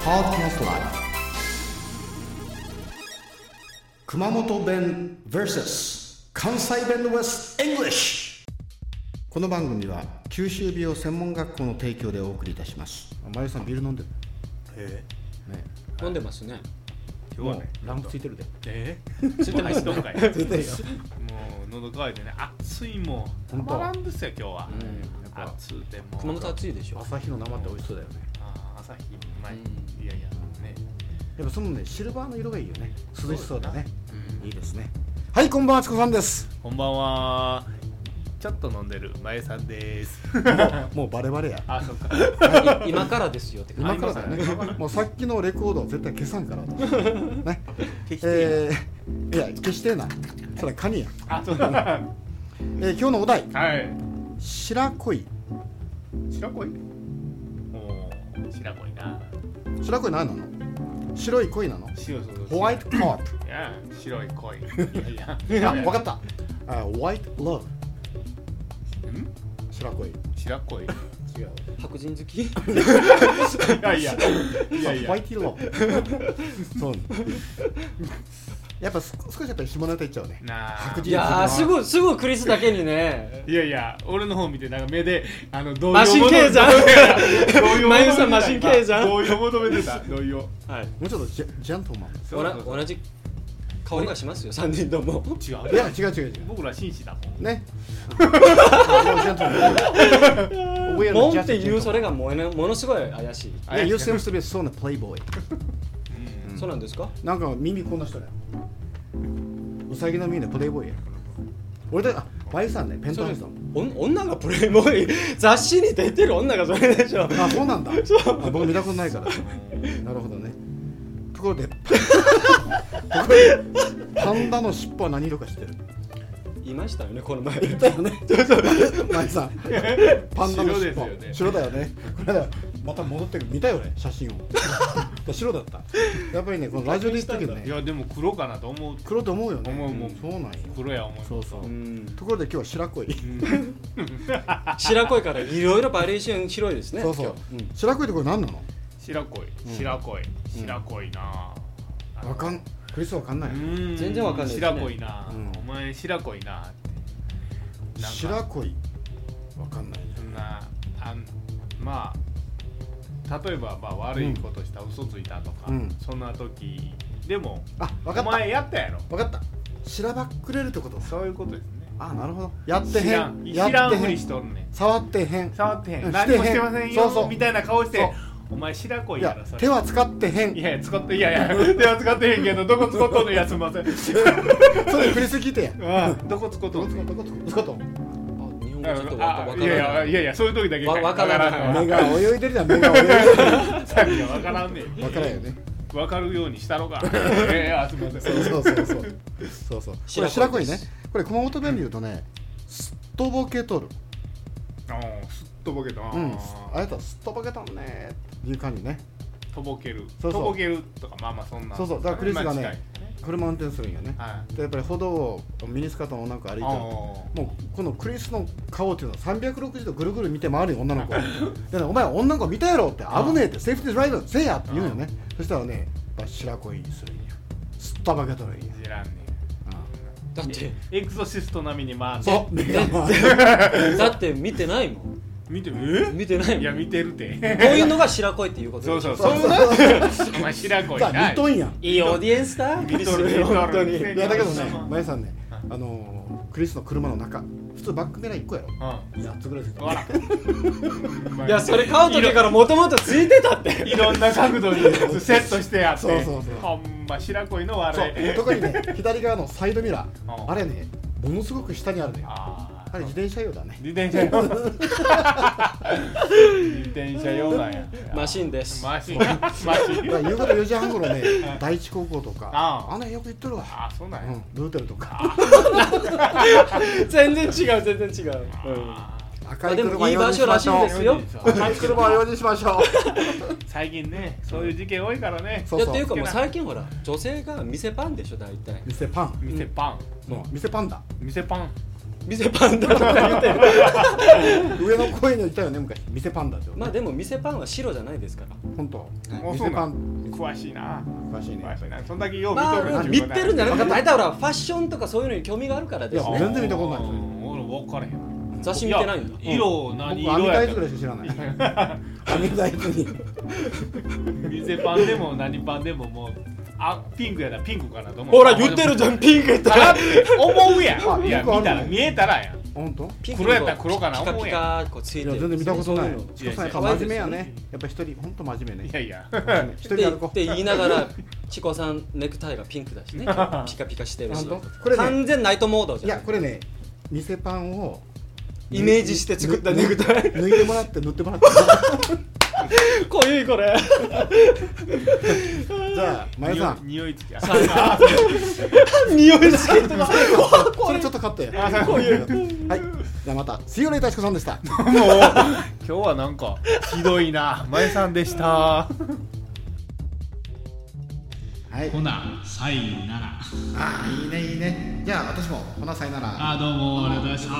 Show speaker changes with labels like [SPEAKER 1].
[SPEAKER 1] Podcast Live 熊本弁 vs 関西弁 vs English この番組は九州美容専門学校の提供でお送りいたしますあまゆさんビール飲んでるね
[SPEAKER 2] 飲んでますね。
[SPEAKER 3] 今日はね、ランプついてるで。
[SPEAKER 4] え
[SPEAKER 2] ついてますね。
[SPEAKER 4] どうか い
[SPEAKER 3] ついてるよ。
[SPEAKER 4] もう喉乾いてね暑いもう
[SPEAKER 3] ほんと
[SPEAKER 4] たまらんですよ今日は、
[SPEAKER 3] やっぱ
[SPEAKER 4] 暑でもう
[SPEAKER 2] 熊本暑いでしょ。
[SPEAKER 3] 朝日の生って美味しそうだよね。
[SPEAKER 4] あー朝日うまい、
[SPEAKER 2] うん
[SPEAKER 4] いやいやね
[SPEAKER 3] やっぱそのね、シルバーの色がいいよね。涼しそうだね。いいですね。はい、こんばんは、あちこさんです。
[SPEAKER 4] こんばんはちょっと飲んでるまゆさんです
[SPEAKER 3] もう、もうバレバレや。
[SPEAKER 4] あそっか
[SPEAKER 2] い今からですよって感
[SPEAKER 3] 今
[SPEAKER 2] じ。
[SPEAKER 3] からだよね。もうさっきのレコードは絶対消さん からな。ね。えー、いや、消してえな。それはカニや。
[SPEAKER 4] あそうだ
[SPEAKER 3] えー、今日のお題、
[SPEAKER 4] はい
[SPEAKER 3] 白恋。
[SPEAKER 4] 白恋おー白恋な
[SPEAKER 3] 白恋何なの白い恋なの
[SPEAKER 4] 白そうそう
[SPEAKER 3] ホワイトコープ。
[SPEAKER 4] いや白い 恋いやいや
[SPEAKER 3] あ、わかった。あ、ホワイトロブ。
[SPEAKER 4] ん
[SPEAKER 3] 白恋。違。
[SPEAKER 4] 白恋いう
[SPEAKER 2] 白人好き。
[SPEAKER 4] やいやいやい
[SPEAKER 3] ホワ
[SPEAKER 4] や
[SPEAKER 3] イティローそうやっぱす少しやっぱり下ネタいっちゃうね
[SPEAKER 4] なあ
[SPEAKER 3] 白人
[SPEAKER 2] いやーすごいすごいクリスだけにね。
[SPEAKER 4] いやいや、俺の方見て、なんか目で、あの、同意を
[SPEAKER 2] マシン経済
[SPEAKER 4] 同意を求めてた
[SPEAKER 2] マユさんマシン経済
[SPEAKER 4] 同意を求めてた、同意を。
[SPEAKER 2] はい。
[SPEAKER 3] もうちょっとジェジェントルマン
[SPEAKER 2] おな同じ香りがしますよ。三人とも。
[SPEAKER 4] 違う。
[SPEAKER 3] いや違う違う違う
[SPEAKER 4] 僕ら紳士だもん。
[SPEAKER 3] ねもうジェントルマン We are
[SPEAKER 2] モ
[SPEAKER 3] just
[SPEAKER 2] ン
[SPEAKER 3] a
[SPEAKER 2] っていう
[SPEAKER 3] gentleman.
[SPEAKER 2] それがものものすごい怪しい。
[SPEAKER 3] Yeah, you seem to be so a playboy
[SPEAKER 2] そうなんですか。
[SPEAKER 3] なんか耳こんな人だよウサギの耳でプレイボーイや俺だあバイさんねペン
[SPEAKER 2] そ
[SPEAKER 3] トハ
[SPEAKER 2] れ
[SPEAKER 3] ウスだもん
[SPEAKER 2] おん女がプレイボーイ雑誌に出てる女がそれでしょ。
[SPEAKER 3] あそうなんだあ僕見たことないからなるほどねところでところでパンダの尻尾は何色か知ってる
[SPEAKER 2] いましたよねこの前。
[SPEAKER 3] だよね。前さん、パンダの
[SPEAKER 4] 白
[SPEAKER 3] 尻
[SPEAKER 4] です
[SPEAKER 3] 尾
[SPEAKER 4] よね
[SPEAKER 3] 白だよね。これだまた戻ってくる見たよね写 真を。白だった。やっぱりねこのラジオで言ったけど
[SPEAKER 4] い
[SPEAKER 3] ね。
[SPEAKER 4] や、でも黒かなと思う。
[SPEAKER 3] 黒と思うよね。
[SPEAKER 4] 思う思う
[SPEAKER 3] そうなんよ。
[SPEAKER 4] 黒や思い。
[SPEAKER 3] そうそう
[SPEAKER 2] う。ん
[SPEAKER 3] ところで今日は白恋。
[SPEAKER 2] 白恋からいろいろバリエーション広いですね。
[SPEAKER 3] そうそう
[SPEAKER 2] 今日ん。
[SPEAKER 3] 白恋ってこれ何なの？
[SPEAKER 4] 白恋、白恋、白恋な
[SPEAKER 3] わかん。クリスわかんな
[SPEAKER 4] う
[SPEAKER 3] い。
[SPEAKER 4] ーん
[SPEAKER 2] 全然わかんないですね
[SPEAKER 4] 白恋な
[SPEAKER 3] うん
[SPEAKER 4] お前、白恋なって。なん
[SPEAKER 3] 白
[SPEAKER 4] か、
[SPEAKER 3] 恋。わかんない。
[SPEAKER 4] そんな、あんまあ、例えば、まあ、悪いことした、嘘ついたとか
[SPEAKER 3] うん、
[SPEAKER 4] そんな時でも、
[SPEAKER 3] あわか
[SPEAKER 4] お
[SPEAKER 3] った。
[SPEAKER 4] 前やったやろ。
[SPEAKER 3] わかった。白ばっくれるってこと。
[SPEAKER 4] そういうことですね。
[SPEAKER 3] あなるほど。やって
[SPEAKER 4] 知
[SPEAKER 3] へ
[SPEAKER 4] ら
[SPEAKER 3] ん。
[SPEAKER 4] ん
[SPEAKER 3] や
[SPEAKER 4] 知ら
[SPEAKER 3] っ
[SPEAKER 4] ん
[SPEAKER 3] て
[SPEAKER 4] ふ
[SPEAKER 3] へ
[SPEAKER 4] り
[SPEAKER 3] ん
[SPEAKER 4] し。とるねん
[SPEAKER 3] 触ってへん。
[SPEAKER 4] 触ってへ
[SPEAKER 3] うん
[SPEAKER 4] ん何も
[SPEAKER 3] して
[SPEAKER 4] し
[SPEAKER 3] へん
[SPEAKER 4] てません
[SPEAKER 3] そうそう
[SPEAKER 4] よみたいな顔し
[SPEAKER 3] そう
[SPEAKER 4] てお前白子
[SPEAKER 3] い
[SPEAKER 4] や
[SPEAKER 3] や
[SPEAKER 4] ろそれ
[SPEAKER 3] 手は使ってへん
[SPEAKER 4] い。やいや使っていやいや手は使ってへんけどどこ使っとんのいやすん ません
[SPEAKER 3] それクリス聞いてや。
[SPEAKER 4] ああどこ使
[SPEAKER 3] ど
[SPEAKER 4] っと
[SPEAKER 3] こ
[SPEAKER 4] ん
[SPEAKER 3] つ
[SPEAKER 4] の
[SPEAKER 3] こどこつこどこと
[SPEAKER 2] あ日本語ちょっとわか
[SPEAKER 4] あ
[SPEAKER 2] わ
[SPEAKER 4] あい
[SPEAKER 2] か
[SPEAKER 4] やい
[SPEAKER 2] らな
[SPEAKER 4] や
[SPEAKER 2] い。
[SPEAKER 4] いやいやそういう時だけ
[SPEAKER 2] わわからない
[SPEAKER 4] わ
[SPEAKER 3] 目が泳いでるじゃん目が泳いでる
[SPEAKER 4] からんいやわからんね
[SPEAKER 3] 分からんよね
[SPEAKER 4] わかるようにした ろかいやいやすんません
[SPEAKER 3] そうそうそうそうそうそうこれ白
[SPEAKER 2] 白
[SPEAKER 3] 子
[SPEAKER 2] 子
[SPEAKER 3] い
[SPEAKER 2] で
[SPEAKER 3] ね
[SPEAKER 2] す
[SPEAKER 3] これ熊本弁で言うとねすっとぼけとる
[SPEAKER 4] うんすっとぼけた
[SPEAKER 3] うんあ
[SPEAKER 4] あ
[SPEAKER 3] なたすっとぼけたもんねっていう感じね
[SPEAKER 4] とぼける
[SPEAKER 3] そ
[SPEAKER 4] と
[SPEAKER 3] うそう
[SPEAKER 4] ぼけるとかまあまあそんな
[SPEAKER 3] そうそうだからクリスがね
[SPEAKER 4] まあ近い
[SPEAKER 3] 車運転するんよね
[SPEAKER 4] はい
[SPEAKER 3] でやっぱり歩道をミニスカートのなんか歩いてる
[SPEAKER 4] あ
[SPEAKER 3] もうこのクリスの顔っていうのは360度ぐるぐる見て回るよ女の子はでねお前女の子見たやろって危ねえってセーフティードライブせえやって言うんよねそしたらねやっぱ白子いするんやすっとぼけとるんや
[SPEAKER 4] ー知らんね
[SPEAKER 2] だって
[SPEAKER 4] エクソシスト並みにまあ
[SPEAKER 3] そう目 が回る
[SPEAKER 2] だって見てないもん。
[SPEAKER 4] 見てえ
[SPEAKER 2] 見てないもん。
[SPEAKER 4] いや見てるて
[SPEAKER 2] こういうのが白恋っていうこと
[SPEAKER 4] そう
[SPEAKER 2] でし
[SPEAKER 4] そ
[SPEAKER 2] ょ
[SPEAKER 4] うそう
[SPEAKER 3] そう
[SPEAKER 4] お前白子い
[SPEAKER 3] さあ
[SPEAKER 4] な
[SPEAKER 3] 見
[SPEAKER 4] い
[SPEAKER 3] とんやん
[SPEAKER 2] いいオーディエンスだ
[SPEAKER 4] 見と
[SPEAKER 2] クリ
[SPEAKER 4] る
[SPEAKER 2] ス本当
[SPEAKER 4] 見と
[SPEAKER 2] に
[SPEAKER 4] る
[SPEAKER 3] いやだけどね
[SPEAKER 4] うん、
[SPEAKER 3] まゆさんね、あのー、クリスの車の中、普通バックミラー1個やろ。
[SPEAKER 4] う
[SPEAKER 3] 8つぐらいです
[SPEAKER 4] んほら
[SPEAKER 2] いやそれ買う時からもともとついてたって
[SPEAKER 4] いろんな角度にセットしてやって
[SPEAKER 3] そうそうそう
[SPEAKER 4] ほんま白子いの悪
[SPEAKER 3] そう
[SPEAKER 4] い、
[SPEAKER 3] 特にね、左側のサイドミラー、
[SPEAKER 4] うん
[SPEAKER 3] あれね、ものすごく下にあるのよ。
[SPEAKER 4] あ
[SPEAKER 3] あれ自転車用だね。
[SPEAKER 4] 自転車用自転車用なんや
[SPEAKER 2] マシンです
[SPEAKER 4] マシンマシ
[SPEAKER 3] だから
[SPEAKER 4] ン
[SPEAKER 3] 夕方4時半頃ね、第一高校とか、
[SPEAKER 4] あ
[SPEAKER 3] あ
[SPEAKER 4] あ
[SPEAKER 3] の辺よく行っとるわ。
[SPEAKER 4] あそうなん
[SPEAKER 3] う
[SPEAKER 4] や、
[SPEAKER 3] ん、ルーテルとか、
[SPEAKER 2] 全然違う全然違う、うん
[SPEAKER 4] あ
[SPEAKER 3] 赤い
[SPEAKER 2] でも
[SPEAKER 3] 車
[SPEAKER 2] いい
[SPEAKER 3] 用
[SPEAKER 2] 場
[SPEAKER 3] 意し
[SPEAKER 2] 所
[SPEAKER 3] ま
[SPEAKER 2] らし
[SPEAKER 3] し
[SPEAKER 2] い
[SPEAKER 3] ょ
[SPEAKER 2] で
[SPEAKER 3] う。
[SPEAKER 2] すよ
[SPEAKER 3] 赤い車は用意しましょ
[SPEAKER 4] 最近ねそういう事件多いからね
[SPEAKER 3] う。 そ
[SPEAKER 2] いうや
[SPEAKER 3] そ
[SPEAKER 2] っていうか
[SPEAKER 3] う。
[SPEAKER 2] もう最近ほら女性が店パンでしょ大体
[SPEAKER 3] 店パン、
[SPEAKER 4] 店パン
[SPEAKER 3] そう店パンダ。
[SPEAKER 4] 店パン
[SPEAKER 2] 店パンダとか言ってる
[SPEAKER 3] 上の声にいたよね昔店パンダって
[SPEAKER 2] まあでも店パンは白じゃないですから
[SPEAKER 3] 本当
[SPEAKER 4] あそ
[SPEAKER 3] 店
[SPEAKER 4] う
[SPEAKER 3] パ
[SPEAKER 4] な
[SPEAKER 3] ン
[SPEAKER 4] ん詳しいな
[SPEAKER 3] 詳しい
[SPEAKER 4] 詳
[SPEAKER 3] ね
[SPEAKER 4] しいなそんだけよう見
[SPEAKER 2] ま
[SPEAKER 4] と
[SPEAKER 2] あ
[SPEAKER 4] る
[SPEAKER 2] まあ
[SPEAKER 4] な
[SPEAKER 2] 見てるんじゃなくて
[SPEAKER 3] 分か
[SPEAKER 2] 大体ほらファッションとかそういうのに興味があるからです
[SPEAKER 3] いや
[SPEAKER 2] ね
[SPEAKER 3] 全然見たことないです
[SPEAKER 4] 俺分からへん
[SPEAKER 2] 雑誌見てないんだ
[SPEAKER 4] や色何
[SPEAKER 3] 僕
[SPEAKER 4] 色
[SPEAKER 3] アミ
[SPEAKER 4] や
[SPEAKER 3] ダイ
[SPEAKER 4] っ
[SPEAKER 3] ズぐらいしか知らない
[SPEAKER 1] アミダイズに
[SPEAKER 4] 店パンでも何パンでももうあピンクやなピンクかなと思う
[SPEAKER 2] ほら言ってるじゃんピンクやった
[SPEAKER 4] からって思うや
[SPEAKER 3] あ
[SPEAKER 4] ん いや
[SPEAKER 3] ピンクある
[SPEAKER 4] 見たら見えたらやん
[SPEAKER 3] 本当
[SPEAKER 2] ピンク
[SPEAKER 4] 黒やったら黒かな
[SPEAKER 2] ピカピカこうつい
[SPEAKER 3] い
[SPEAKER 2] て
[SPEAKER 3] や
[SPEAKER 2] る
[SPEAKER 3] 全然見たことない
[SPEAKER 2] そう
[SPEAKER 3] チコさんやっぱ真面目やねやっぱ一人本当真面目
[SPEAKER 4] い
[SPEAKER 3] ね
[SPEAKER 4] やいや
[SPEAKER 3] 一
[SPEAKER 2] いう
[SPEAKER 3] 人で
[SPEAKER 2] ので
[SPEAKER 3] 歩こう
[SPEAKER 2] で言いながらチコさんネクタイがピンクだし ねピカピカしてるし
[SPEAKER 3] 本当これね
[SPEAKER 2] 完全ナイトモード
[SPEAKER 3] い
[SPEAKER 2] じゃ
[SPEAKER 3] や
[SPEAKER 2] ん
[SPEAKER 3] これね店パンを
[SPEAKER 2] イメージして作ったネクタイ
[SPEAKER 3] 抜いてもらって塗ってもらって
[SPEAKER 2] 濃いこれ
[SPEAKER 3] じゃあ前田さん
[SPEAKER 4] 匂いつきや
[SPEAKER 2] 匂いつけとか
[SPEAKER 3] これちょっとカットや
[SPEAKER 2] こういう
[SPEAKER 3] はいじゃあまた See you later チコさんでした
[SPEAKER 4] もう今日はなんかひどいな前さんでした
[SPEAKER 3] はい
[SPEAKER 5] ほな、さいなら。
[SPEAKER 3] ああいいねいいねじゃあ私もほなさいなら
[SPEAKER 5] あ、どうも、ありがとうございました。